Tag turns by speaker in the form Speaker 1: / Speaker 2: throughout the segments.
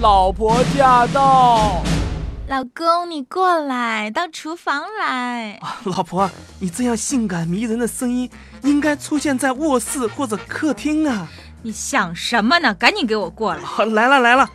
Speaker 1: 老婆驾到！
Speaker 2: 老公，你过来，到厨房来。
Speaker 3: 老婆，你这样性感迷人的声音应该出现在卧室或者客厅啊！
Speaker 2: 你想什么呢？赶紧给我过来！
Speaker 3: 好来了来了，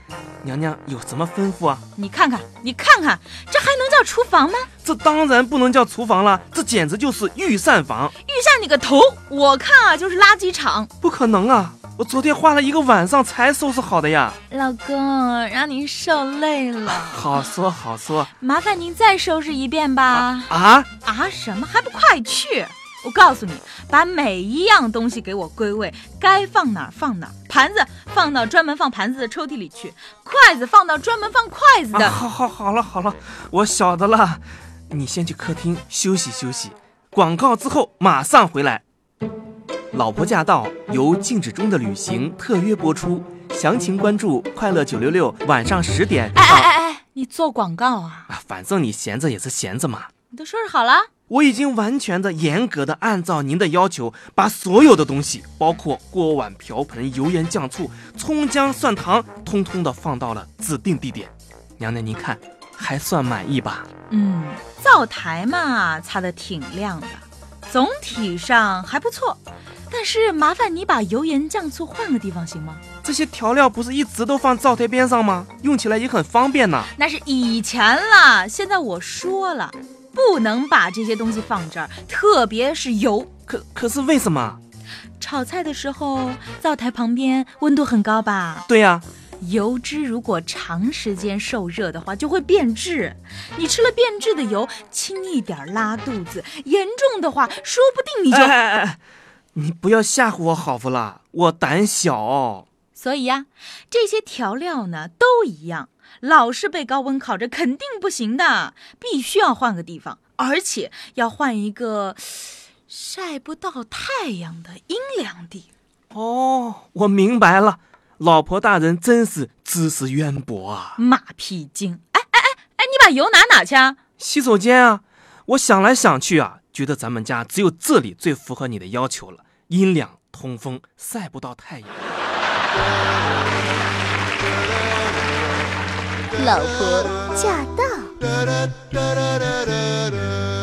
Speaker 3: 娘娘有什么吩咐啊？
Speaker 2: 你看看，你看看，这还能叫厨房吗？
Speaker 3: 这当然不能叫厨房了，这简直就是御膳房！
Speaker 2: 御膳你个头！我看啊，就是垃圾场。
Speaker 3: 不可能啊！我昨天花了一个晚上才收拾好的呀。
Speaker 2: 老公，让您受累了，
Speaker 3: 好说好说
Speaker 2: 麻烦您再收拾一遍吧。
Speaker 3: 啊！
Speaker 2: 啊，什么还不快去？我告诉你，把每一样东西给我归位，该放哪儿放哪儿。盘子放到专门放盘子的抽屉里去，筷子放到专门放筷子的。
Speaker 3: 啊，好好好了好了，我晓得了。你先去客厅休息休息，广告之后马上回来。老婆驾到由静止中的旅行特约播出，详情关注快乐九六六，晚上十点到。
Speaker 2: 哎哎哎哎，你做广告啊？
Speaker 3: 啊，反正你闲着也是闲着嘛。
Speaker 2: 你都收拾好了？
Speaker 3: 我已经完全的、严格的按照您的要求，把所有的东西，包括锅碗瓢盆、油盐酱醋、葱姜蒜糖，通通的放到了指定地点。娘娘您看，还算满意吧？
Speaker 2: 嗯，灶台嘛，擦得挺亮的，总体上还不错。但是麻烦你把油盐酱醋换个地方行吗？
Speaker 3: 这些调料不是一直都放灶台边上吗？用起来也很方便呐。
Speaker 2: 那是以前了，现在我说了，不能把这些东西放这儿，特别是油。
Speaker 3: 可可是为什么？
Speaker 2: 炒菜的时候，灶台旁边温度很高吧？
Speaker 3: 对呀、
Speaker 2: 油脂如果长时间受热的话，就会变质。你吃了变质的油，轻一点儿拉肚子，严重的话，说不定 你就……
Speaker 3: 哎哎哎哎，你不要吓唬我好不啦？我胆小。
Speaker 2: 所以呀、这些调料呢都一样，老是被高温烤着，肯定不行的，必须要换个地方，而且要换一个呃晒不到太阳的阴凉地。
Speaker 3: 哦，我明白了，老婆大人真是知识渊博啊。
Speaker 2: 马屁精！哎哎哎哎，你把油拿哪去啊？
Speaker 3: 洗手间啊，我想来想去啊，觉得咱们家只有这里最符合你的要求了，阴凉、通风、晒不到太阳。
Speaker 4: 老婆驾到。
Speaker 5: da da da da da da